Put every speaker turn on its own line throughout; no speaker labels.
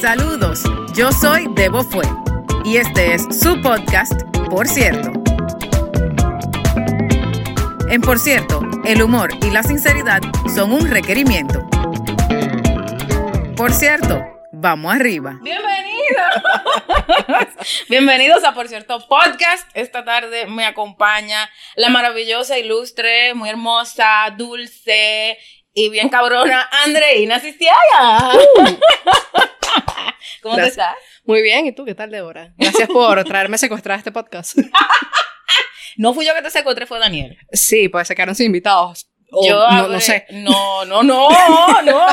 Saludos, yo soy Debo Fue y este es su podcast, Por cierto. En Por cierto, el humor y la sinceridad son un requerimiento. Por cierto, vamos arriba.
Bienvenidos. Bienvenidos a Por cierto Podcast. Esta tarde me acompaña la maravillosa, ilustre, muy hermosa, dulce y bien cabrona Andreina Cistiaga. ¿Cómo te
Gracias.
estás?
Muy bien, ¿y tú qué tal, Débora? Gracias por traerme secuestrada a este podcast.
No fui yo que te secuestré, fue Daniel.
Sí, pues se quedaron sin invitados. O
yo
no,
hablé-
no sé.
No, no, no, no.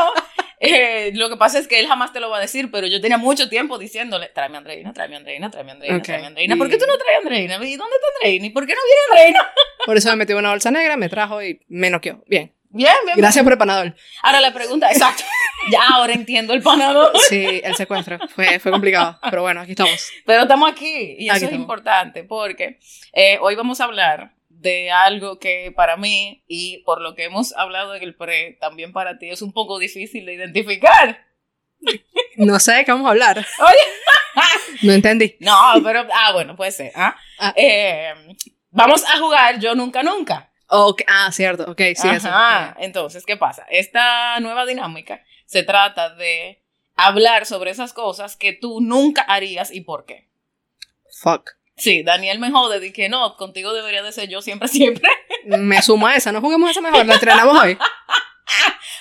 Eh, lo que pasa es que él jamás te lo va a decir, pero yo tenía mucho tiempo diciéndole, tráeme a Andreina, tráeme a Andreina, tráeme a Andreina,
Ok.
tráeme a Andreina. ¿Por qué tú no traes a Andreina? ¿Y dónde está Andreina? ¿Y por qué no viene Andreina?
Por eso me metí en una bolsa negra, me trajo y me noqueó. Bien.
Bien, bien, bien.
Gracias por el panador.
Ahora la pregunta, exacto. Ya ahora entiendo el panador.
Sí, el secuestro. Fue, fue complicado. Pero bueno, aquí estamos.
Pero estamos aquí y eso
Aquí
es
estamos.
importante porque eh, hoy vamos a hablar de algo que para mí y por lo que hemos hablado en el pre, también para ti es un poco difícil de identificar.
No sé de qué vamos a hablar.
Oye.
No entendí.
No, pero, ah, bueno, puede ser. ¿ah?
Ah.
Eh, vamos a jugar yo nunca, nunca.
Ok, Ah, cierto. Ok, sí, eso.
Ajá. Entonces, ¿qué pasa? Esta nueva dinámica se trata de hablar sobre esas cosas que tú nunca harías y por qué.
Fuck.
Sí, Daniel me jode, dije, no, contigo debería de ser yo siempre, siempre.
Me sumo a esa. No juguemos esa mejor. La entrenamos hoy.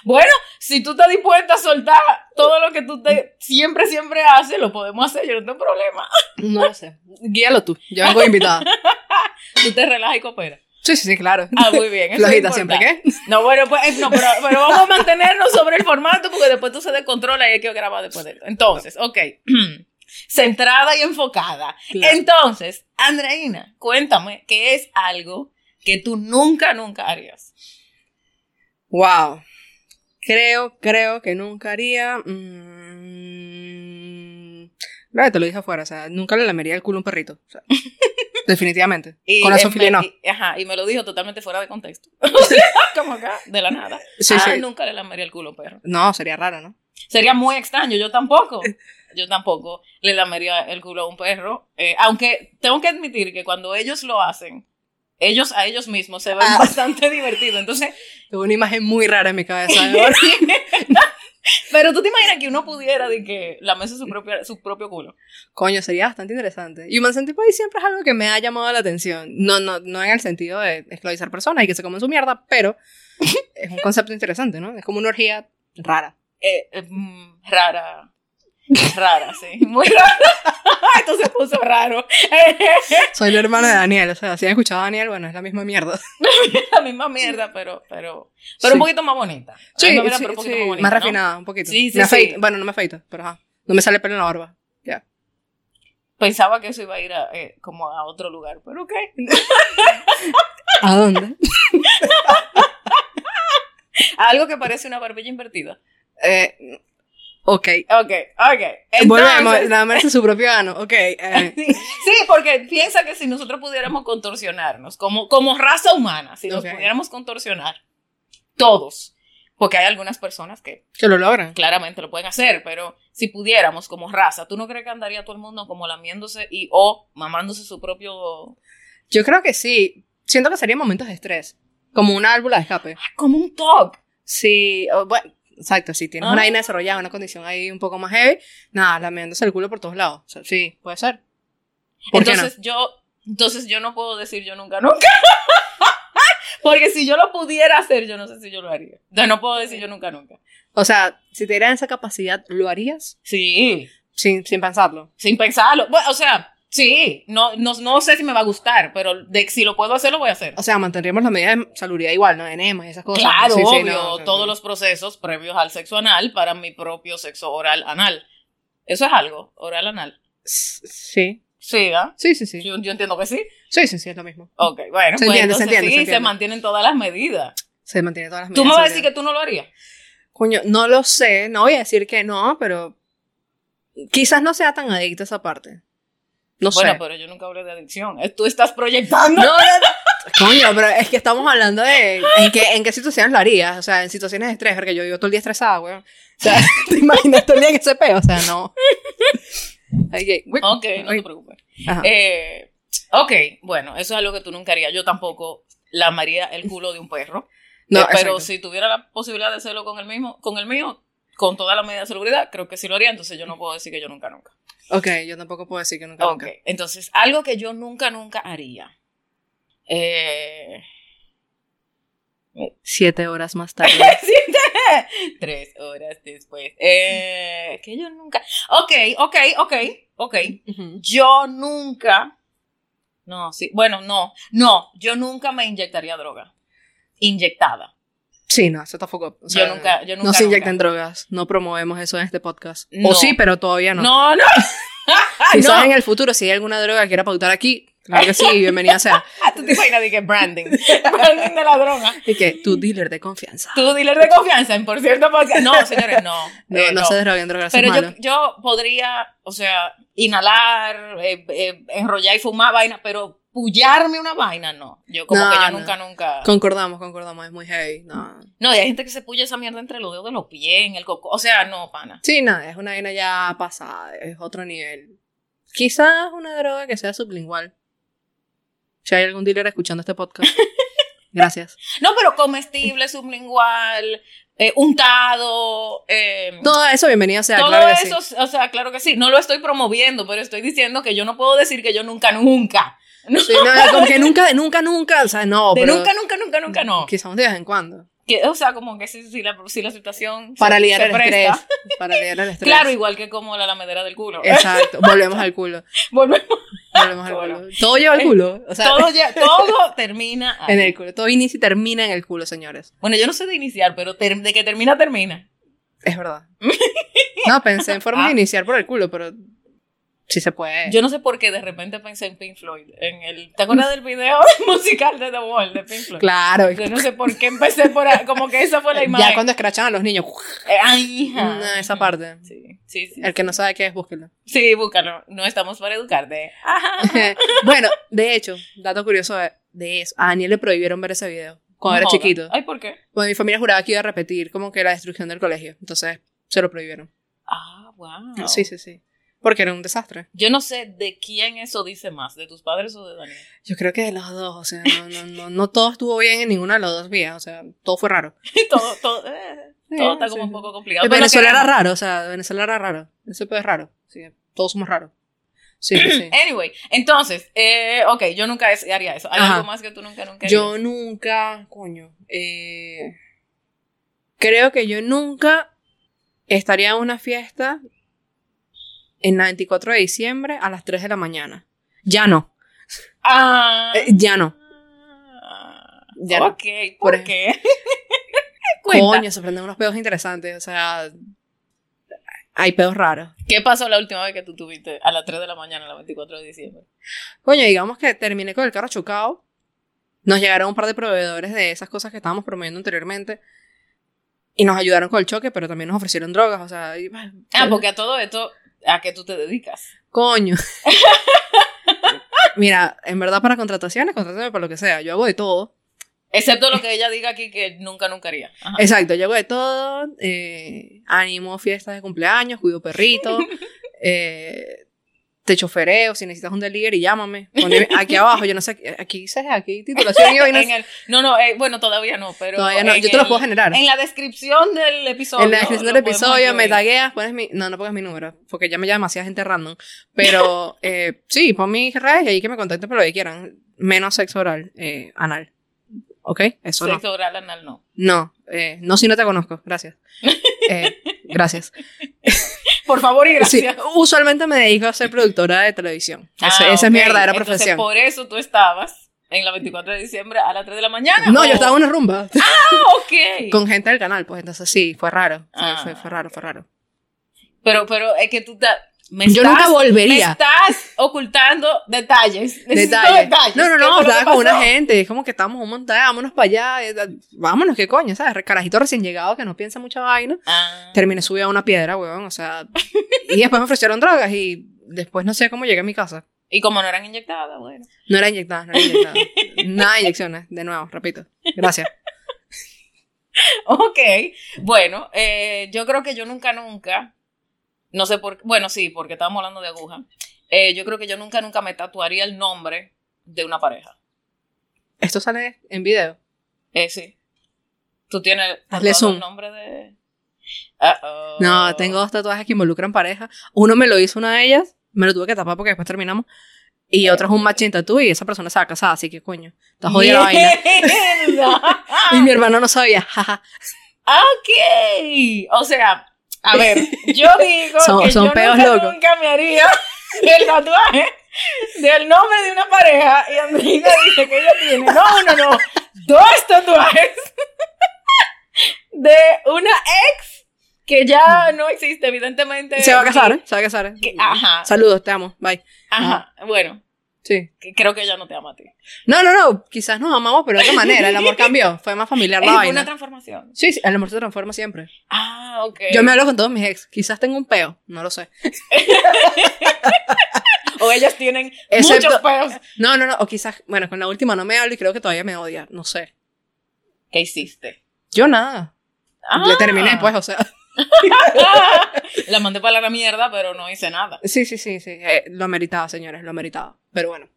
Bueno, si tú estás dispuesta a soltar todo lo que tú te- siempre, siempre haces, lo podemos hacer, yo no tengo problema.
No lo sé. Guíalo tú. Yo vengo invitada.
Tú te relajas y cooperas.
Sí, sí, sí, claro.
Ah, muy bien. Eso es
Flojita siempre,
importante.
¿qué?
No, bueno, pues, eh, no, pero, pero vamos a mantenernos sobre el formato porque después tú se descontrola y hay que grabar después de esto. Entonces, ok. Centrada y enfocada.
Claro.
Entonces, Andreina, cuéntame, ¿qué es algo que tú nunca, nunca harías?
Wow. Creo, creo que nunca haría. mm, Creo que te lo dije afuera, o sea, nunca le lamería el culo a un perrito. o sea, definitivamente. Con la
eh,
sofilia
me-
no.
y- ajá, y me lo dijo totalmente fuera de contexto. O sea, Como acá, de la nada.
Sí,
ah,
sí.
nunca le lamería el culo a un perro.
No, sería raro, ¿no?
Sería muy extraño, yo tampoco. Yo tampoco le lamería el culo a un perro. eh, aunque tengo que admitir que cuando ellos lo hacen, ellos a ellos mismos se ven
Ah.
bastante divertido. Entonces,
Tengo una imagen muy rara en mi cabeza. ahora.
pero tú te imaginas que uno pudiera de que lamese su propio, su propio culo.
Coño, sería bastante interesante. Human Centipede siempre es algo que me ha llamado la atención. No, no, no en el sentido de esclavizar personas y que se comen su mierda, pero es un concepto interesante, ¿no? Es como una orgía rara.
Eh, eh, mm, rara. Rara, sí. Muy rara. Esto se puso raro.
Soy la hermana de Daniel, o sea, si han escuchado a Daniel, bueno, es la misma mierda.
La misma mierda, pero, pero, pero
Sí.
un poquito más bonita.
Sí,
La misma mierda,
sí,
pero un poquito
sí,
bonita,
más
¿no?
refinada, un poquito.
Sí, sí,
me
sí.
afeito. Bueno, no me afeito, pero ajá. No me sale pelo en la barba. Ya.
Pensaba que eso iba a ir a, eh, como a otro lugar, pero ok.
¿A dónde?
Algo que parece una barbilla invertida.
eh, ok.
Ok, ok. Entonces,
Volvemos, nada más es su propio gano. Ok. eh,
Sí, sí, porque piensa que si nosotros pudiéramos contorsionarnos, como, como raza humana, si nos
Ok.
pudiéramos contorsionar, todos, porque hay algunas personas que
que lo logran.
claramente lo pueden hacer, pero si pudiéramos como raza, ¿tú no crees que andaría todo el mundo como lamiéndose y o mamándose su propio...
Yo creo que sí. Siento que serían momentos de estrés. Como una válvula de escape.
ah, como un top?
Sí, o- bueno, exacto. Si tienes
Ah.
una vaina desarrollada, una condición ahí un poco más heavy, nada, lamiéndose el culo por todos lados. O sea, sí, puede ser. ¿Por qué no?
Entonces yo, entonces yo no puedo decir yo nunca, nunca. Porque si yo lo pudiera hacer, yo no sé si yo lo haría. Entonces no puedo decir yo nunca, nunca.
O sea, si te dieran esa capacidad, ¿lo harías?
Sí,
Sin, sin pensarlo.
sin pensarlo. Bueno, o sea, sí, no, no, no sé si me va a gustar, pero de, si lo puedo hacer, lo voy a hacer.
O sea, mantendríamos la medida de salubridad igual, ¿no? Enemas y esas cosas.
claro,
Sí, sí,
obvio,
no, o sea,
todos
no.
los procesos previos al sexo anal para mi propio sexo oral anal. Eso es algo, oral anal.
S- Sí.
Sí, ¿ah?
Sí, sí, sí.
Yo, yo entiendo que sí.
Sí, sí, sí, es lo mismo.
Ok, bueno,
Se
pues
entiende, se
entonces
entiende,
sí,
se
se,
entiende.
mantienen todas las medidas.
Se mantiene todas las
Tú me
medidas
vas a
de
decir que tú no lo harías.
seguridad. Coño, no lo sé, no voy a decir que no, pero... Quizás no sea tan adicto a esa parte. No
bueno, pues-
sé.
pero yo nunca hablé de adicción. Eh, Tú estás proyectando.
No, no, no. Coño, pero es que estamos hablando de en qué, en qué situaciones lo harías. O sea, en situaciones de estrés, porque yo vivo todo el día estresada, weón. O sea, ¿te imaginas todo el día en ese peo? O sea, no. Ok, güey.
Ok, no te preocupes.
Ajá.
Eh, ok, bueno, eso es algo que tú nunca harías. Yo tampoco lamaría el culo de un perro.
No,
Eh, pero
exacto.
si tuviera la posibilidad de hacerlo con el mismo, con el mío, con toda la medida de seguridad, creo que sí lo haría. Entonces yo no puedo decir que yo nunca, nunca.
Ok, yo tampoco puedo decir que nunca.
Ok,
nunca.
entonces algo que yo nunca, nunca haría. Eh,
Siete horas más tarde.
tres horas después. Eh, que yo nunca. Ok, ok, ok, ok.
Ujú.
Yo nunca. No, sí. Bueno, no. No, yo nunca me inyectaría droga. Inyectada.
Sí, no, eso está fucked up. O sea,
yo nunca, yo nunca.
no se
nunca.
inyectan drogas. No promovemos eso en este podcast.
No.
O sí, pero todavía no.
No, no.
Si
no.
sabes en el futuro si hay alguna droga que quiera pautar aquí, claro que sí, bienvenida sea.
Tú te imaginas de que branding. branding de la droga.
Y que tu dealer de confianza.
Tú, dealer de confianza, en por cierto podcast. No, señores, no.
No,
Eh,
no, se droguen, drogas es
Pero yo,
malo.
yo podría, o sea, inhalar, eh, eh, enrollar y fumar vaina, pero pullarme una vaina, no. Yo como
No,
que yo
no.
nunca, nunca.
Concordamos, concordamos, es muy heavy. No.
No, y hay gente que se puya esa mierda entre los dedos de los pies, en el coco. O sea, no, pana.
Sí, no, es una vaina ya pasada, es otro nivel. Quizás una droga que sea sublingual. Si hay algún dealer escuchando este podcast, gracias.
No, pero comestible, sublingual, eh, untado, eh,
Todo eso, bienvenida sea.
todo
claro que
eso,
sí.
o sea, claro que sí. No lo estoy promoviendo, pero estoy diciendo que yo no puedo decir que yo nunca, nunca. No,
Sí, no, como que nunca, nunca, nunca, o sea, no,
de
pero
nunca, nunca, nunca, nunca, no.
quizás un día de vez en cuando.
Que, o sea, como que si, si la, si la situación se-
Para lidiar
se
el
presta.
estrés. Para lidiar el estrés.
Claro, igual que como la lamedera del culo.
Exacto, volvemos al culo.
Volvemos.
Volvemos al
Bueno.
culo. Todo lleva
Eh,
al culo. O sea,
todo, ya- todo termina ahí.
en el culo. Todo inicia y termina en el culo, señores.
Bueno, yo no sé de iniciar, pero ter- de que termina, termina.
Es verdad. No, pensé en forma
Ah.
de iniciar por el culo, pero sí se puede.
Yo no sé por qué de repente pensé en Pink Floyd. En el, ¿Te acuerdas del video musical de The Wall de Pink Floyd?
claro.
Yo no sé por qué empecé por ahí, como que esa fue la imagen.
Ya cuando escrachan a los niños.
Eh, ay, hija.
No, esa parte.
Sí, sí, sí.
El que no sabe qué es, búsquelo.
Sí, búscalo. No estamos para educarte. Ajá.
bueno, de hecho, dato curioso de, de eso. A Daniel le prohibieron ver ese video cuando era
No joda.
chiquito.
Ay, ¿por qué?
Cuando mi familia juraba que iba a repetir como que la destrucción del colegio. Entonces, se lo prohibieron.
Ah, wow.
Sí, sí, sí. Porque era un desastre.
Yo no sé de quién eso dice más, de tus padres o de Daniel.
Yo creo que de los dos, o sea, no, no, no, no todo estuvo bien en ninguna de las dos vías, o sea, todo fue raro.
todo, todo, eh, todo está
Sí,
como
sí,
un
sí.
poco complicado. pero
Venezuela
que-
era raro, o sea, Venezuela era raro, ese pedo es raro, sí, todos somos raros. Sí, sí.
Anyway, entonces, eh, ok, yo nunca es- haría eso. ¿Hay
Ajá.
algo más que tú nunca, nunca
Yo nunca, coño, eh, creo que yo nunca estaría en una fiesta en la 24 de diciembre a las 3 de la mañana. Ya no,
Ah,
eh, ya no. Ya no.
ok, ¿por,
Por
qué? Cuenta,
Coño, se prenden unos pedos interesantes, o sea, hay pedos raros.
¿qué pasó la última vez que tú tuviste a las 3 de la mañana, la 24 de diciembre?
Coño, digamos que terminé con el carro chocado. Nos llegaron un par de proveedores de esas cosas que estábamos promoviendo anteriormente. Y nos ayudaron con el choque, pero también nos ofrecieron drogas. O sea, y-
Ah, porque a todo esto, ¿a qué tú te dedicas?
coño. Mira, en verdad para contrataciones, contrátame para lo que sea. Yo hago de todo.
Excepto lo que ella diga aquí que nunca, nunca haría. Ajá.
Exacto, yo hago de todo. Eh, animo fiestas de cumpleaños, cuido perrito. eh, te chofereo, si necesitas un delivery, llámame. Poneme aquí abajo, yo no sé, aquí dice, aquí titulación y vainas.
En el- no, no, eh, bueno, todavía no, pero...
Todavía no,
en
yo te lo
el-
puedo generar.
En la descripción del episodio.
En la descripción del
lo podemos
episodio me
incluir.
tagueas, pones mi... No, no pongas mi número, porque ya me llama demasiada gente random. Pero eh, sí, pon mis redes y ahí que me contacten por lo que quieran. Menos sexo oral, eh, anal. ¿Ok? Eso no.
Sexo oral anal no.
No, eh, no si no te conozco. Gracias. Eh, gracias.
Por favor y
Sí,
gracias.
usualmente me dedico a ser productora de televisión. Ese-
Ah,
Esa es mi
ok.
verdadera
Entonces,
profesión.
por eso tú estabas en la 24 de diciembre a las 3 de la mañana.
No,
¿o?
yo estaba en una rumba
Ah, ok.
con gente del canal, pues entonces sí, fue raro. O sea,
Ah.
fue, fue raro, fue raro.
Pero, pero es que tú ta- me
Yo
estás,
nunca
me
volvería.
estás ocultando detalles. Necesito
Detalles.
detalles.
No, no,
¿Qué
no,
fue lo que
estaba con
pasó?
una gente, es como que estábamos un montón, vámonos para allá, eh, da- vámonos, qué coño, ¿sabes? Carajito recién llegado que no piensa mucha vaina.
Ah,
Terminé subido a una piedra, weón, o sea, y después me ofrecieron drogas y después no sé cómo llegué a mi casa.
y como no eran inyectadas, bueno.
No era inyectada, no era inyectada. Nada de inyecciones, de nuevo, repito. Gracias.
Ok, bueno, eh, yo creo que yo nunca, nunca, no sé por bueno, sí, porque estábamos hablando de aguja, Eh, yo creo que yo nunca, nunca me tatuaría el nombre de una pareja.
Esto sale en video.
Eh, sí. ¿Tú tienes
Hazle
tatuado
zoom.
el nombre de...? Uh-oh.
No, tengo dos tatuajes que involucran pareja. Uno me lo hizo una de ellas, me lo tuve que tapar porque después terminamos. Y otro es un matching tattoo y esa persona estaba casada, así que coño, está jodida la vaina.
¡Mierda!
Y mi hermano no sabía, jaja.
Ok. O sea, a ver, yo digo
Son-
que
son
yo
peos
nunca,
locos.
nunca me haría el tatuaje del nombre de una pareja y Andrina dice que ella tiene, no, no, no, dos tatuajes de una ex que ya no existe, evidentemente.
Mm. Se va a casar, ¿eh? Se va a casar. ¿eh?
Que- ajá,
Saludos, te amo, bye.
ajá, bueno,
Sí.
que creo que ella no te ama a ti.
No, no, no, quizás nos amamos, pero de otra manera. El amor cambió, fue más familiar
Es
la
una
vaina.
transformación.
Sí, sí, el amor se transforma siempre.
Ah, ok.
Yo me hablo con todos mis ex, quizás tengo un peo, no lo sé.
O ellas tienen
Excepto-
muchos peos.
No, no, no, o quizás, bueno, con la última no me hablo y creo que todavía me odia, no sé.
¿Qué hiciste?
Yo nada. Le terminé,
pues
pues, o sea.
La mandé para la mierda, pero no hice nada.
Sí, sí, sí, sí. eh, lo meritaba, señores, lo meritaba. Pero bueno.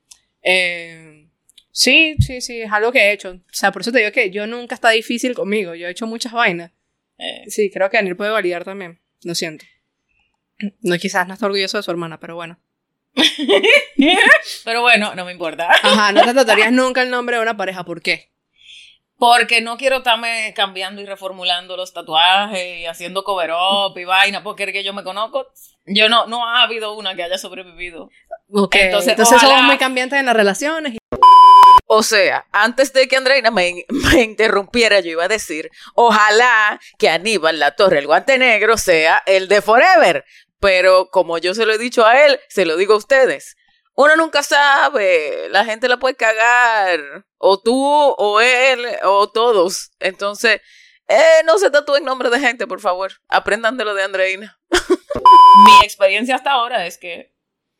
eh, sí, sí, sí, es algo que he hecho. O sea, por eso te digo que yo nunca está difícil conmigo. Yo he hecho muchas vainas.
Eh,
Sí, creo que Daniel puede validar también. Lo siento. No, quizás no está orgulloso de su hermana, pero bueno.
pero bueno, no me importa.
Ajá, no te tratarías nunca el nombre de una pareja. ¿Por qué?
Porque no quiero estarme cambiando y reformulando los tatuajes y haciendo cover up y vaina, porque es que yo me conozco. Yo no, no ha habido una que haya sobrevivido.
Ok,
Entonces,
Entonces,
ojalá-
somos muy cambiantes en las relaciones. y-
O sea, antes de que Andreina me, me interrumpiera, yo iba a decir, ojalá que Aníbal La Torre, el guante negro, sea el de Forever. Pero como yo se lo he dicho a él, se lo digo a ustedes. Uno nunca sabe, la gente la puede cagar, o tú, o él, o todos. Entonces, eh, no se tatúen nombre de gente, por favor. Aprendan de lo de Andreina.
Mi experiencia hasta ahora es que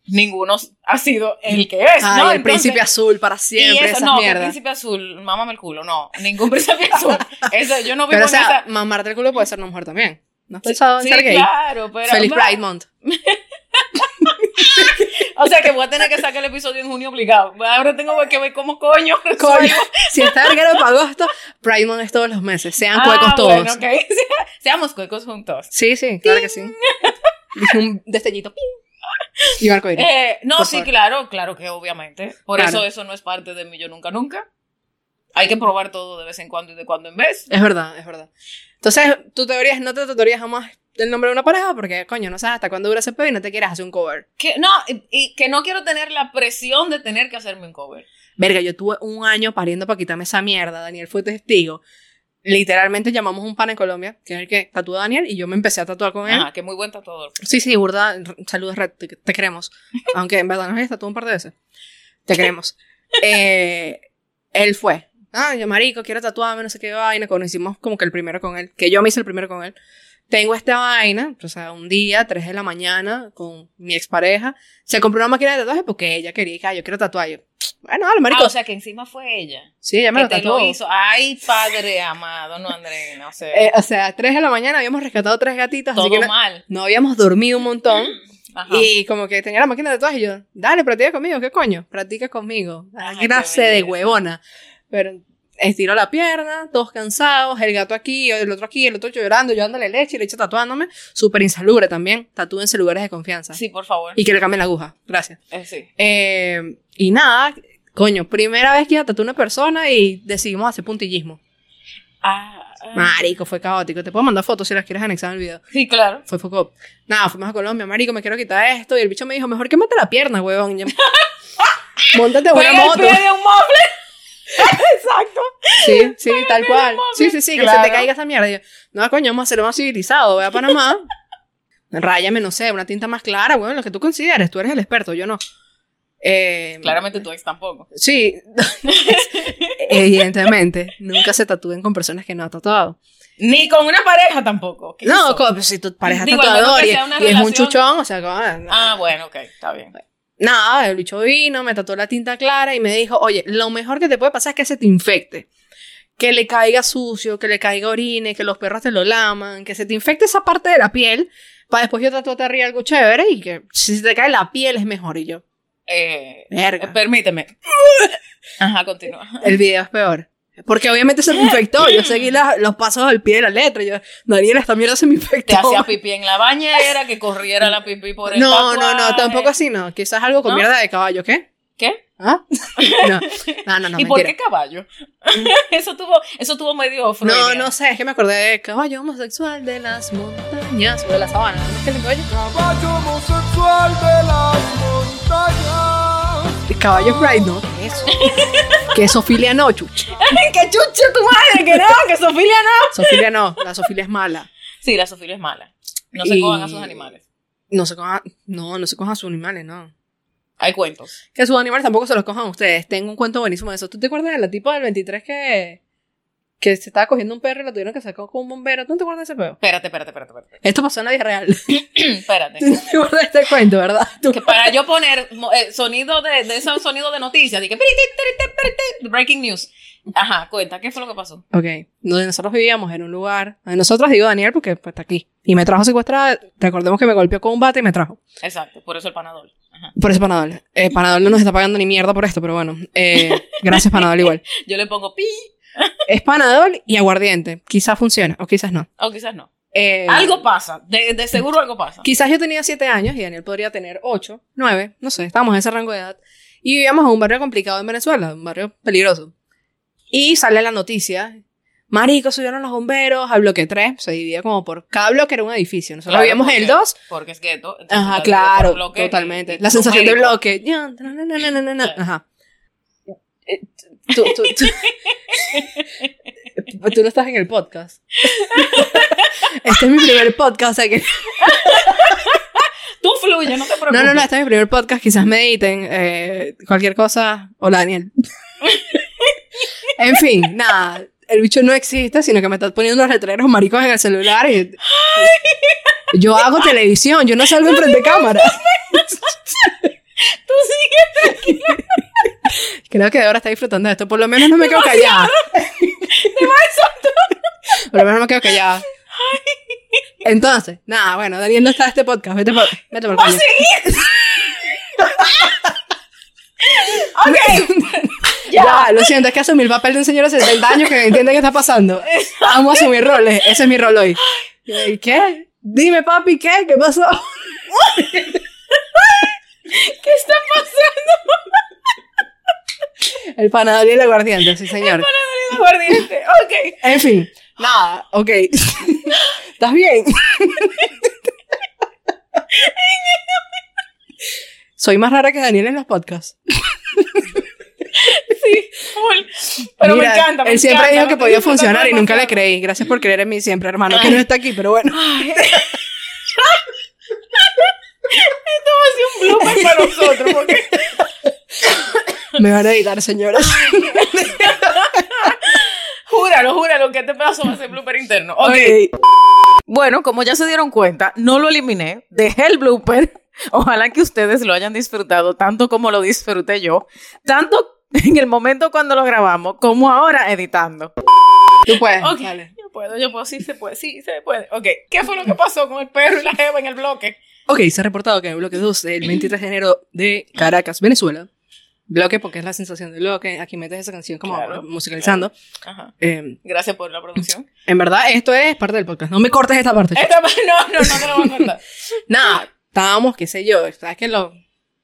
ninguno ha sido el que es.
Ay,
¿no?
el
Entonces-
príncipe azul para siempre,
y eso,
esas
no, que el
mierdas.
príncipe azul, mámame el culo, no, ningún príncipe azul. Eso, yo no vivo
Pero, o
en esa-
sea, mamarte el culo puede ser una mujer también. ¿No has pensado en
Sí,
ser gay?
claro, pero.
Feliz
pero-
Pride Month.
O sea que voy a tener que sacar el episodio en junio obligado. Ahora tengo que ver cómo coño. resuelvo.
Coño, si está verguero para agosto, Pride Month es todos los meses. Sean
Ah,
cuecos todos.
bueno, ok. Seamos cuecos juntos.
Sí, sí, claro que sí. Dije un destellito. ping, Y Marco Iris.
Eh, no,
Por
sí,
favor.
claro, claro que obviamente. Por
Claro.
eso eso no es parte de mí yo nunca nunca. Hay que probar todo de vez en cuando y de cuando en vez.
Es verdad, es verdad. Entonces, tu teoría es no te tutorías jamás del nombre de una pareja porque, coño, no sabes hasta cuándo dura ese pedo y no te quieres hacer un cover.
Que no, y, y que no quiero tener la presión de tener que hacerme un cover.
Verga, yo tuve un año pariendo para quitarme esa mierda. Daniel fue testigo. Literalmente llamamos un pan en Colombia, que es el que tatuó a Daniel, y yo me empecé a tatuar con él.
Ajá, que muy buen tatuador.
Sí, sí, burda, r- saludos, Red, te, te queremos. Aunque en verdad nos hayas tatuado un par de veces. Te queremos. Eh, él fue. Ah, yo marico, quiero tatuarme, no sé qué vaina. Conocimos como que el primero con él, que yo me hice el primero con él. Tengo esta vaina, o sea, un día, 3 de la mañana, con mi expareja. Se compró una máquina de tatuaje porque ella quería que ah, yo quiero tatuar. Yo, bueno, dale, marico.
Ah, o sea que encima fue ella.
sí, ella me
Que
lo
te
tatuó.
lo hizo. Ay, padre amado, no, Andreina. O sea,
Eh, o sea, 3 de la mañana habíamos rescatado tres gatitas,
todo
así que no,
mal.
no habíamos dormido un montón.
Ajá.
Y como que tenía la máquina de tatuaje y yo, dale, practica conmigo, ¿qué coño? Practica conmigo.
Ay, qué
Clase de
belleza.
huevona. Pero estiró la pierna, todos cansados, el gato aquí, el otro aquí, el otro llorando, yo dándole leche y leche tatuándome. Súper insalubre también. Tatúense en lugares de confianza.
Sí, por favor.
Y que le cambien la aguja. Gracias.
Eh, sí.
Eh, y nada, coño, primera vez que iba a tatuar una persona y decidimos hacer puntillismo.
Ah, ah.
Marico, fue caótico. Te puedo mandar fotos si las quieres anexar en el video.
Sí, claro.
Fue foco. Nada, fuimos a Colombia, marico, me quiero quitar esto. Y el bicho me dijo, mejor quémate la pierna, huevón. Y yo, Móntate en una
Pega el
moto.
pie Pues, de un mueble. Exacto.
Sí, sí, tal cual. Sí, sí, sí, que se
Claro.
te caiga esa mierda. Y yo, no, coño, vamos a hacerlo más civilizado. Voy a Panamá. Ráyame, no sé, una tinta más clara, huevón, lo que tú consideres. Tú eres el experto, yo no. Eh,
Claramente tu ex tampoco.
Sí. Evidentemente, nunca se tatúen con personas que no han tatuado.
Ni con una pareja tampoco. ¿Qué
No,
hizo?
co- pues si tu pareja es
Digo, a menos
tatuador
que
y,
sea una
y es un
relación-
chuchón, o sea, co- ah, no.
Ah, bueno, ok, está bien.
Nada, el bicho vino, me tatuó la tinta clara y me dijo, oye, lo mejor que te puede pasar es que se te infecte. Que le caiga sucio, que le caiga orine, que los perros te lo laman, que se te infecte esa parte de la piel, para después yo tatuarte arriba algo chévere y que si se te cae la piel es mejor. Y yo,
Eh, eh,
verga,
permíteme. Ajá, continúa.
el video es peor. Porque obviamente se me infectó, yo seguí la- los pasos al pie de la letra, y yo, Daniela, esta mierda se me infectó.
Te hacía pipí en la bañera, que corriera la pipí por el
No, no,
tatuaje.
no, tampoco así, no. Quizás algo con
¿No?
mierda de caballo, ¿qué?
¿Qué?
¿Ah? No, no, no, no
¿Y por
mentira. Mm.
qué caballo? eso tuvo, eso tuvo medio
No,
freudiano.
no sé, es que me acordé de caballo homosexual de las montañas o de la sabana. ¿no? ¿Es que el caballo?
Caballo homosexual de las montañas.
El caballo Pride, ¿no? ¿Qué es Eso. que es sofilia no, chucha.
¡Qué chucha tu madre! ¡Que no! ¡Que Sofía no!
Sofilia no, la sofilia es mala.
Sí, la Sofía es mala. No se
Y-
cojan a sus animales.
No se coja, no, no se coja a sus animales, no.
Hay cuentos.
Que sus animales tampoco se los cojan ustedes. Tengo un cuento buenísimo de eso. ¿Tú te acuerdas de la tipa del 23 que, que se estaba cogiendo un perro y lo tuvieron que sacar con un bombero? ¿Tú no te acuerdas de ese peo?
Espérate, espérate, espérate, espérate.
Esto pasó en la vida real.
espérate.
¿Tú no te acuerdas de este cuento, verdad? Tú-
Que para yo poner mo- eh, sonido de, de esos sonidos de noticias, dije, "Piriti, piriti, piriti", breaking news. Ajá, cuenta, ¿qué fue lo que pasó?
Ok, donde nosotros vivíamos en un lugar, donde nosotros digo Daniel porque pues, está aquí, y me trajo secuestrada, recordemos que me golpeó con un bate y me trajo,
Exacto, por eso el panadol. Ajá.
por eso Panadol, eh, Panadol no nos está pagando ni mierda por esto, pero bueno, eh, gracias Panadol igual,
Yo le pongo pi,
es Panadol y aguardiente, quizás funciona o quizás no.
o quizás no.
Eh,
Algo pasa, de, de seguro algo pasa.
Quizás yo tenía 7 años y Daniel podría tener 8, 9, no sé, estábamos en ese rango de edad. Y vivíamos en un barrio complicado en Venezuela, un barrio peligroso. Y sale la noticia, marico, subieron los bomberos al bloque 3, se dividía como por, cada bloque era un edificio, nosotros
Claro,
vivíamos en el
porque-
2.
Porque es gueto. entonces
Ajá,
está dividido por
claro,
bloque y-
totalmente.
y
la sensación de
numérico.
bloque. Ya, na, na, na, na, na, na.
Sí.
Ajá. Eh, Tú, tú, tú- Tú no estás en el podcast. Este es mi primer podcast, o sea que
Tú fluye, no te preocupes.
No, no, no, este es mi primer podcast, quizás me editen, eh, cualquier cosa. Hola, Daniel. en fin, nada, el bicho no existe, sino que me estás poniendo unos letreros maricos en el celular y... Yo hago televisión, yo no salgo enfrente de cámara.
Tú sigue.
Creo que ahora está disfrutando de esto, por lo menos no me quedo callada. Por lo menos no me quedo callada. Entonces, nada, bueno, Daniel no está en este podcast, vete por, vete
Ah,
por el coño. Ya, lo siento, es que asumí el papel de un señor de 70 años que entiende qué está pasando. Amo asumir roles, ese es mi rol hoy. Eh, ¿Qué? Dime, papi, ¿qué? ¿Qué pasó?
¿Qué está pasando?
El panadero y el aguardiente, sí, señor.
Panadol y aguardiente. Ok.
En fin, nada, ok. ¿Estás bien? Soy más rara que Daniel en los podcasts.
Full. Pero me
Mira,
encanta. me
Él siempre
encanta,
dijo
lo
que
estoy
podía
disfrutando
funcionar y nunca le
demasiado.
creí. Gracias por creer en mí siempre, hermano, que no está aquí, pero bueno.
Esto va a ser un blooper para nosotros. Porque...
Me van a editar, señoras.
Júralo, júralo, que este pedazo va a ser blooper interno. Ok.
Ok.
Bueno, como ya se dieron cuenta, no lo eliminé, dejé el blooper. Ojalá que ustedes lo hayan disfrutado tanto como lo disfruté yo, tanto en el momento cuando lo grabamos como ahora editando.
Tú puedes.
Ok,
dale.
yo puedo, yo puedo, sí se puede, sí se puede. Ok, ¿qué fue lo que pasó con el perro y la jeva en el bloque?
Ok, se ha reportado que en el bloque 2 del 23 de enero de Caracas, Venezuela, bloque porque es la sensación del bloque, aquí metes esa canción como
Claro,
musicalizando.
Ajá,
Eh,
gracias por la producción.
en verdad, esto es parte del podcast, no me cortes esta parte.
Esta- no, no, no te lo voy a contar.
Nada, estábamos, qué sé yo, sabes que los...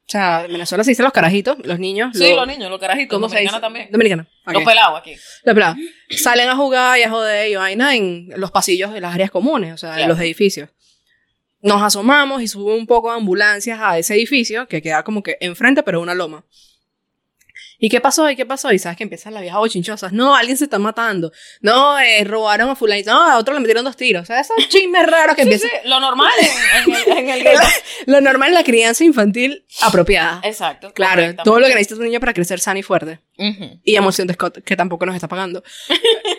O sea, en Venezuela se dicen los carajitos, los niños.
Sí,
los-
los niños, los carajitos,
¿Cómo
los
se dice?
mexicanos también.
Dominicana.
Los pelados aquí.
La pelada. Salen a jugar y a joder y vaina en los pasillos de las áreas comunes, o sea, en
Claro.
los edificios. Nos asomamos y sube un poco de ambulancias a ese edificio que queda como que enfrente, pero una loma. ¿Y qué pasó? ¿Y qué pasó? Y sabes que empiezan las viejas bochinchosas. No, alguien se está matando. No, eh, robaron a fulanito. No, a otro le metieron dos tiros. O sea, esos chismes raros que
Sí,
empiezan.
sí, lo normal en, en el, en el gueto.
Lo normal en la crianza infantil
Ah,
apropiada.
Exacto.
Claro, todo lo que necesita un niño para crecer sano y fuerte.
Ujú,
Y emoción de Scott, que tampoco nos está pagando.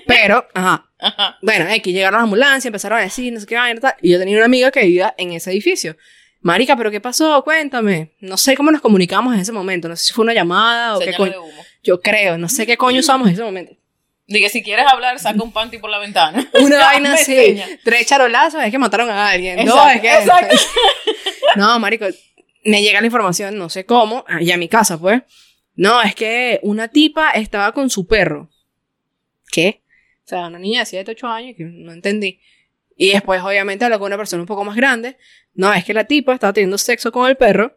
Pero, ajá.
Ajá.
Bueno, que llegaron las ambulancias, empezaron a decir, no sé qué vaina, tal. Y yo tenía una amiga que vivía en ese edificio. Marica, ¿pero qué pasó? Cuéntame. No sé cómo nos comunicamos en ese momento. No sé si fue una llamada o qué
Señales
coño.
de humo.
Yo creo, no sé qué coño usamos en ese momento.
Dije, si quieres hablar, saca un panty por la ventana.
Una vaina
Me
así.
enseña.
Tres charolazos, es que mataron a alguien. no,
Exacto,
es que.
exacto.
No, marico, me llega la información, no sé cómo, y a mi casa, pues. No, es que una tipa estaba con su perro. ¿Qué? O sea, una niña de 7, 8 años, que no entendí. Y después, obviamente, habló con una persona un poco más grande. No, es que la tipa estaba teniendo sexo con el perro.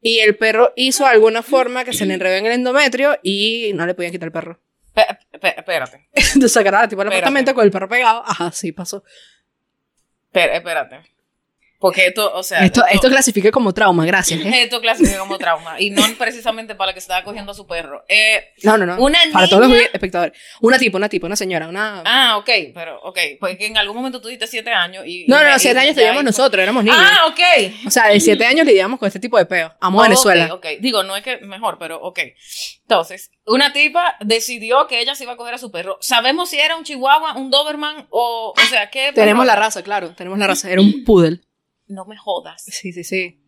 Y el perro hizo alguna forma que se le enredó en el endometrio y no le podían quitar el perro.
Pe- pe- Espérate,
Entonces sacaron a la tipa del
Espérate.
apartamento con el perro pegado. Ajá, sí, pasó.
espera- espérate. Porque esto, o sea,
Esto, esto clasifica como trauma, gracias. ¿eh?
esto clasifica como trauma. Y no precisamente para la que estaba cogiendo a su perro. Eh,
No, no, no.
Una
Para todos los
niña-
espectadores. Una tipo, una tipo, una señora, una...
ah, ok, pero, ok. Porque en algún momento tú diste siete años y...
no,
y
no,
me-
no, siete
y
años
ya
teníamos
ahí-
nosotros, éramos niños.
Ah, ok.
O sea, de siete años lidiamos con este tipo de peo. Amo
Oh,
Venezuela.
ok, ok. Digo, no es que mejor, pero ok. Entonces, una tipa decidió que ella se iba a coger a su perro. Sabemos si era un chihuahua, un doberman o, o sea, ¿qué?
Tenemos
perro
la
era?
raza, claro, tenemos la raza. Era un poodle.
No me jodas.
Sí, sí, sí.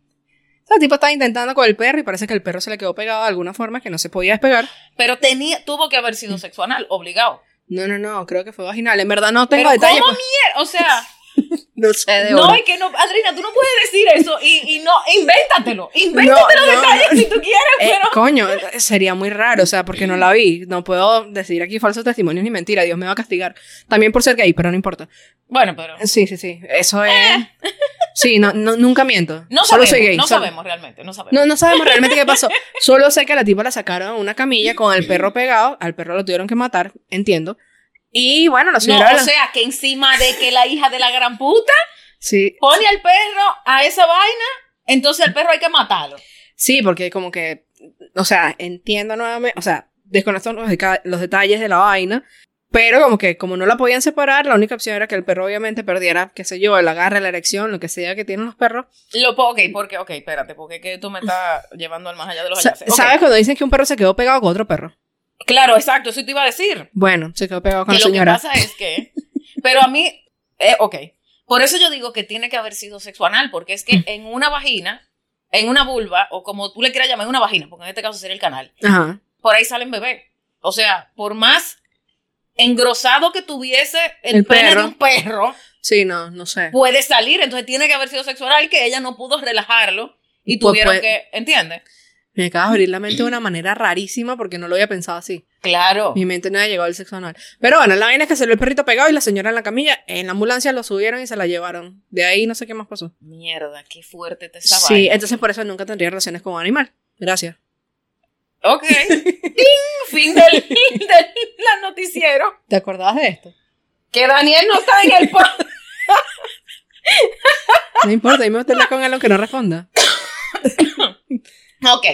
O sea, el tipo estaba intentando con el perro y parece que el perro se le quedó pegado de alguna forma que no se podía despegar.
Pero tenía, tuvo que haber sido sexual, obligado.
No, no, no, creo que fue vaginal. En verdad no tengo
Pero
detalles.
¿cómo
pues,
mier- O sea,
no sé de
no,
oro.
es que no, Adriana, tú no puedes decir eso y, y no, invéntatelo. Invéntate los
no,
detalles
no.
si tú quieres,
Eh,
pero.
coño, sería muy raro, o sea, porque no la vi. No puedo decir aquí falsos testimonios ni mentira. Dios me va a castigar. También por ser gay, pero no importa.
Bueno, pero.
Sí, sí, sí. Eso es. Sí, no, no, nunca miento.
Eh. No
Solo
sabemos,
soy gay.
no
solo-
sabemos realmente, no sabemos.
No, no sabemos realmente qué pasó. Solo sé que a la tipa la sacaron a una camilla con el perro pegado. Al perro lo tuvieron que matar, entiendo. Y bueno, la
No,
señora.
o
la-
sea, que encima de que la hija de la gran puta
sí,
pone al perro a esa vaina, entonces el perro hay que matarlo.
sí, porque como que. O sea, entiendo nuevamente. O sea, desconozco los, deca- los detalles de la vaina. Pero como que como no la podían separar, la única opción era que el perro obviamente perdiera, qué sé yo, el agarre, la erección, lo que sea que tienen los perros.
Lo po- ok, porque, ok, espérate, porque es que tú me estás llevando al más allá de los
Sa-
hallaces. Ok.
¿Sabes cuando dicen que un perro se quedó pegado con otro perro?
Claro, exacto, eso te iba a decir.
Bueno, se quedó pegado con
Que
la
lo que
señora.
pasa es que, pero a mí, eh, ok, por eso yo digo que tiene que haber sido sexo anal, porque es
Mm.
que en una vagina, en una vulva, o como tú le quieras llamar, en una vagina, porque en este caso sería el canal,
Ajá.
por ahí salen bebés. O sea, por más engrosado que tuviese el,
El
pene
perro.
de un perro,
Sí, no, no sé.
puede salir, entonces tiene que haber sido sexo anal, que ella no pudo relajarlo y
Pues,
tuvieron
pues-
que, ¿entiendes?
Me acabas de abrir la mente de una manera rarísima porque no lo había pensado así.
Claro.
Mi mente no había llegado al sexo anal. Pero bueno, la vaina es que se lo el perrito pegado y la señora en la camilla. En la ambulancia lo subieron y se la llevaron. De ahí no sé qué más pasó.
Mierda, qué fuerte te estaba.
sí, entonces por eso nunca tendría relaciones con un animal. Gracias.
Ok. Ting, Fin del, del la noticiero.
¿Te acordabas de esto?
Que Daniel no está en el podcast.
No importa, dime usted con él aunque no responda.
Ok.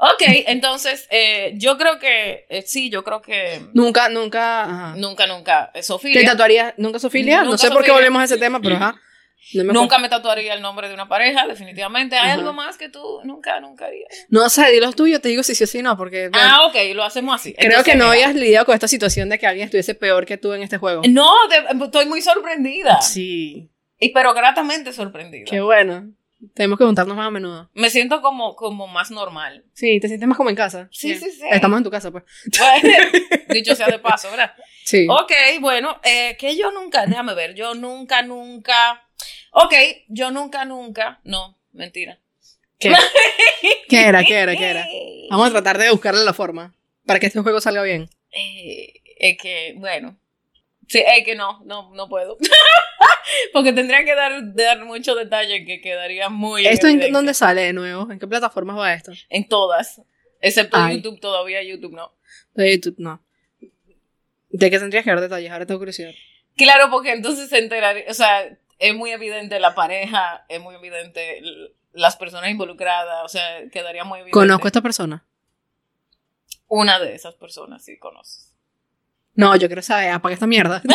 Ok, entonces eh, yo creo que eh, sí, yo creo que
Nunca, nunca. ajá.
nunca, nunca. eh,
¿Te
Sofía,
tatuarías nunca Sofía? No
Nunca
sé por qué
zoofilia.
volvemos a ese tema, pero ajá. No me acuerdo.
nunca me tatuaría el nombre de una pareja, definitivamente. ¿Hay
Ajá.
algo más que tú nunca, nunca harías?
No sé, di los tuyos, te digo si sí o si no, porque. bueno,
Ah, ok, lo hacemos así.
Creo que
Entonces,
no
mira,
habías lidiado con esta situación de que alguien estuviese peor que tú en este juego.
No, de- estoy muy sorprendida.
Sí.
Y, pero gratamente sorprendida.
Qué bueno. Tenemos que juntarnos más a menudo.
Me siento como, como más normal.
Sí, te sientes más como en casa.
Sí,
Bien.
sí, sí.
Estamos en tu casa, pues.
dicho sea de paso, ¿verdad?
Sí.
Ok, bueno, eh, que yo nunca, déjame ver, yo nunca, nunca. Ok, yo nunca, nunca. No, mentira.
¿Qué? ¿Qué era? ¿Qué era? ¿Qué era? Vamos a tratar de buscarle la forma para que este juego salga bien.
Eh, es que, bueno. Sí, es que no, no, no puedo. Porque tendría que dar, dar mucho detalle que quedaría muy. en
¿Esto en
evidencia.
dónde sale de nuevo? ¿En qué plataformas va esto?
En todas. Excepto
Ay.
YouTube, todavía YouTube no.
De YouTube, no. ¿De qué tendrías que dar detalles? Ahora tengo curiosidad.
Claro, porque entonces se enteraría, o sea, es muy evidente la pareja, es muy evidente l- las personas involucradas, o sea, quedaría muy evidente.
¿Conozco a esta persona?
una de esas personas, sí conoces.
No, yo quiero saber. Apaga esta mierda.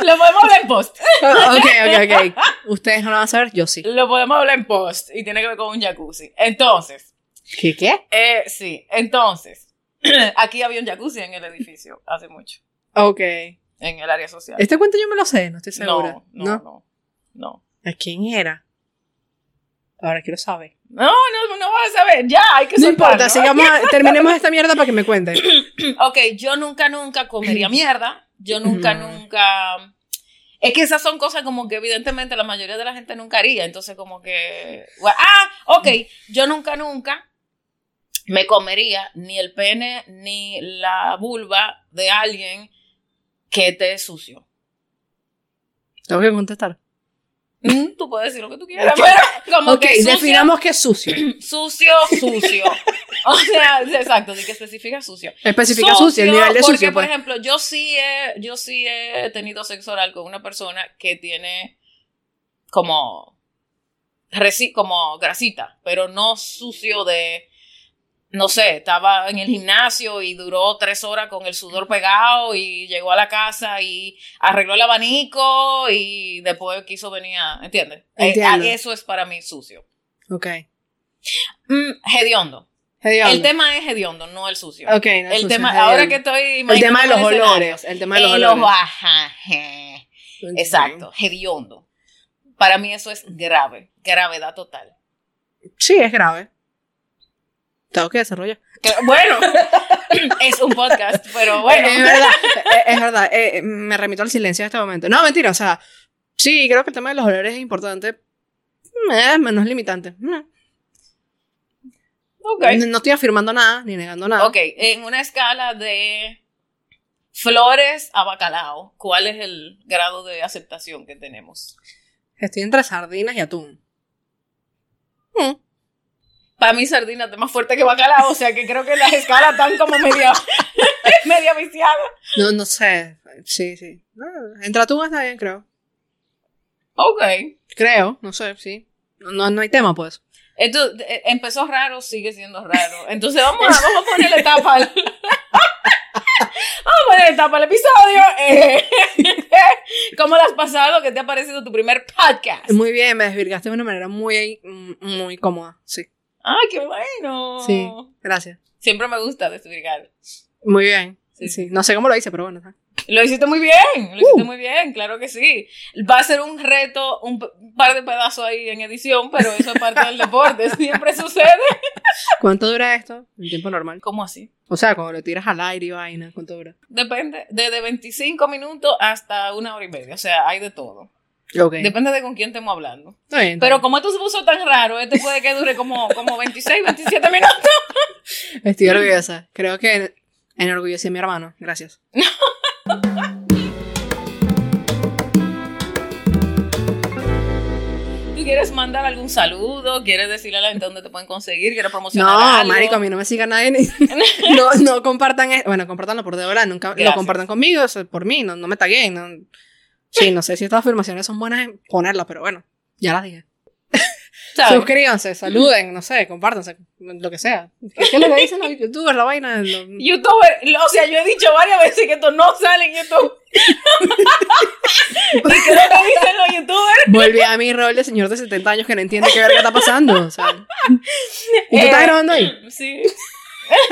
Lo podemos hablar en post.
ok, ok, ok. Ustedes no lo van a saber, yo sí.
Lo podemos hablar en post y tiene que ver con un jacuzzi. Entonces,
¿Qué? ¿Qué?
eh, sí, entonces, aquí había un jacuzzi en el edificio hace mucho,
Ok.
en el área social.
Este cuento yo me lo sé, no estoy segura.
no, no, no, no.
¿A quién era? Ahora quiero saber.
No, no, no vas a saber. Ya, hay que
No
soltarlo.
importa, sigamos, terminemos esta mierda para que me cuente.
Ok, yo nunca, nunca comería mierda. Yo nunca,
Mm.
nunca. Es que esas son cosas como que evidentemente la mayoría de la gente nunca haría. Entonces, como que. gua- Ah, ok. Yo nunca, nunca me comería ni el pene ni la vulva de alguien que te es sucio.
Tengo que contestar.
Mm, Tú puedes decir lo que tú quieras, pero como
Ok,
que sucio,
definamos que es sucio.
sucio, sucio. O sea, exacto, de que especifica sucio.
Especifica sucio, el nivel de
porque,
sucio.
Por
Pues.
ejemplo, yo sí, he, yo sí he tenido sexo oral con una persona que tiene como, resi- como grasita, pero no sucio de, no sé, estaba en el gimnasio y duró tres horas con el sudor pegado y llegó a la casa y arregló el abanico y después quiso venir a, ¿entiendes? Eh,
Entiendo.
a- eso es para mí sucio.
pues. Ok.
Mm, hediondo. El
Hediondo.
tema es hediondo, no el sucio.
Ok, no es
el
sucio,
tema,
es
ahora
hediondo.
que estoy
El tema de los
imaginándome el escenario.
olores. El tema de los
El
olores.
ojo, ajá, ajá. Exacto, hediondo. Para mí eso es grave, gravedad total.
Sí, es grave. Tengo que desarrollar.
Que- bueno, es un podcast, pero bueno.
Es verdad, es- es verdad. eh, me remito al silencio en este momento. No, mentira, o sea, sí, creo que el tema de los olores es importante. Mm, Es menos limitante. Mm.
Ok,
No, no estoy afirmando nada, ni negando nada.
ok, en una escala de flores a bacalao, ¿cuál es el grado de aceptación que tenemos?
Estoy entre sardinas y atún. Mm.
Para mí sardina es más fuerte que bacalao, o sea que creo que las escalas están como media, media viciadas.
No, no sé. Sí, sí. No, entre atún está bien, creo.
Ok.
Creo, no sé, sí. No, no hay tema, pues.
Entonces, eh, empezó raro, sigue siendo raro. Entonces vamos a, vamos a ponerle tapa al... vamos a ponerle tapa al episodio. eh, ¿Cómo lo has pasado? ¿Qué te ha parecido tu primer podcast?
Muy bien, me desvirgaste de una manera muy, mm, muy cómoda. Sí,
¡Ah, qué bueno!
sí. Gracias.
Siempre me gusta desvirgar.
Muy bien.
Sí.
Sí, sí. No sé cómo lo hice, pero bueno. ajá.
Lo hiciste muy bien, lo hiciste
Uh.
muy bien, claro que sí. Va a ser un reto, un p- un par de pedazos ahí en edición, pero eso es parte del deporte, siempre sucede.
¿Cuánto dura esto? En tiempo normal.
¿Cómo así?
O sea, cuando lo tiras al aire y vaina, ¿cuánto dura?
Depende, desde 25 minutos hasta una hora y media, o sea, hay de todo.
Ok.
Depende de con quién estemos hablando.
Está bien, está
Pero como esto se puso tan raro, este puede que dure como, como 26, 27 minutos.
bien. Estoy orgullosa. Creo que enorgullecí a mi hermano. Gracias.
¿Tú quieres mandar algún saludo? ¿Quieres decirle a la gente dónde te pueden conseguir? ¿Quieres promocionar
No,
algo?
marico, a mí no me siga nadie. ni- no, no compartan. es- Bueno, compartanlo por de verdad. Nunca
Gracias.
lo compartan conmigo, o sea, por mí. No, no me taguen. no- Sí, no sé si estas afirmaciones son buenas en ponerlas, pero bueno, ya las dije.
¿Sabes?
Suscríbanse, saluden, no sé, compártanse, lo que sea. ¿Qué es lo que dicen los youtubers, la vaina? lo-
YouTuber, lo- o sea, yo he dicho varias veces que esto no sale en YouTube. ¿Y qué es lo que dicen los YouTubers?
Volví a mi rol de señor de 70 años que no entiende qué verga está pasando. o sea. ¿Y tú
Eh,
estás grabando ahí?
Sí.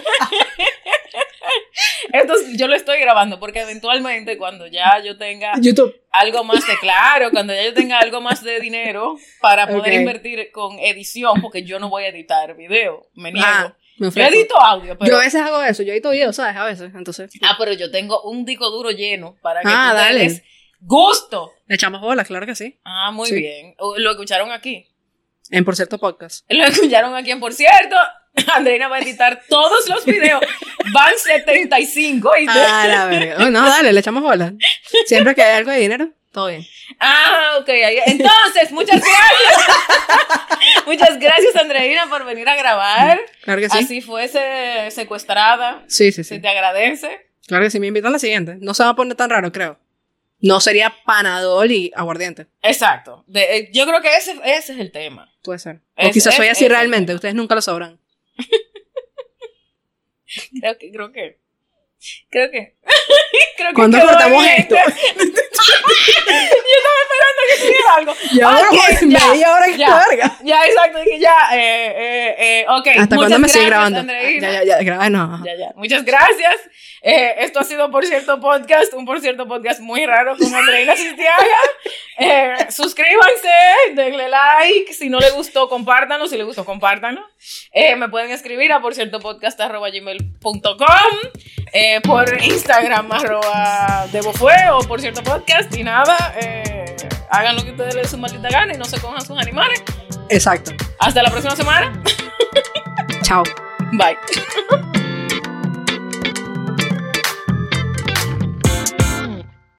Entonces, yo lo estoy grabando porque eventualmente cuando ya yo tenga
YouTube.
algo más de claro, cuando ya yo tenga algo más de dinero para poder
Ok.
invertir con edición, porque yo no voy a editar video, me niego.
Ah, me
yo
ofrezco.
edito audio, pero
Yo a veces hago eso, yo edito videos, ¿sabes? A veces, entonces.
ah, pero yo tengo un disco duro lleno para que
Ah,
tú te
dale.
des gusto.
Le echamos bolas, claro que sí.
Ah, muy
Sí.
bien. O- Lo escucharon aquí.
En Por Cierto Podcast.
Lo escucharon aquí, por cierto. Andreina va a editar todos los videos. Van 75 y
Ah, la verga. Oh, no, dale, le echamos bolas. Siempre que hay algo de dinero, todo bien.
Ah, ok. ahí- Entonces, muchas gracias. muchas gracias, Andreina, por venir a grabar.
Claro que Ah, sí.
Así fuese secuestrada.
Sí, sí,
Se
sí.
te agradece.
Claro que sí, me invitan a la siguiente. No se va a poner tan raro, creo. No sería panadol y aguardiente.
Exacto. De- eh, yo creo que ese, ese es el tema.
Puede ser.
Es-
o quizás
es-
soy así
es-
realmente, ustedes nunca lo sabrán.
Creo que, creo que. Creo que. Creo que
¿Cuándo
quedó
cortamos
evidente.
esto?
esperando que subiera algo.
Y ahora,
Ok,
pues,
ya,
media hora que
ya,
carga.
Ya, exacto, que ya, eh, eh, eh, ok.
¿Hasta
muchas
cuándo me sigue
gracias,
grabando?
Andreina.
Ya, ya, ya, graba, no.
Ya, ya. Muchas gracias. Eh, esto ha sido Por Cierto Podcast, un Por Cierto Podcast muy raro con Andreina Cistiaga. Eh, suscríbanse, denle like. Si no le gustó, compártanlo. Si le gustó, compártanlo. Eh, me pueden escribir a por cierto eh, por Instagram arroba Debofue o por cierto podcast y nada. eh, hagan lo que ustedes les dé su maldita gana y no se cojan sus animales.
Exacto.
Hasta la próxima semana.
Chao.
Bye.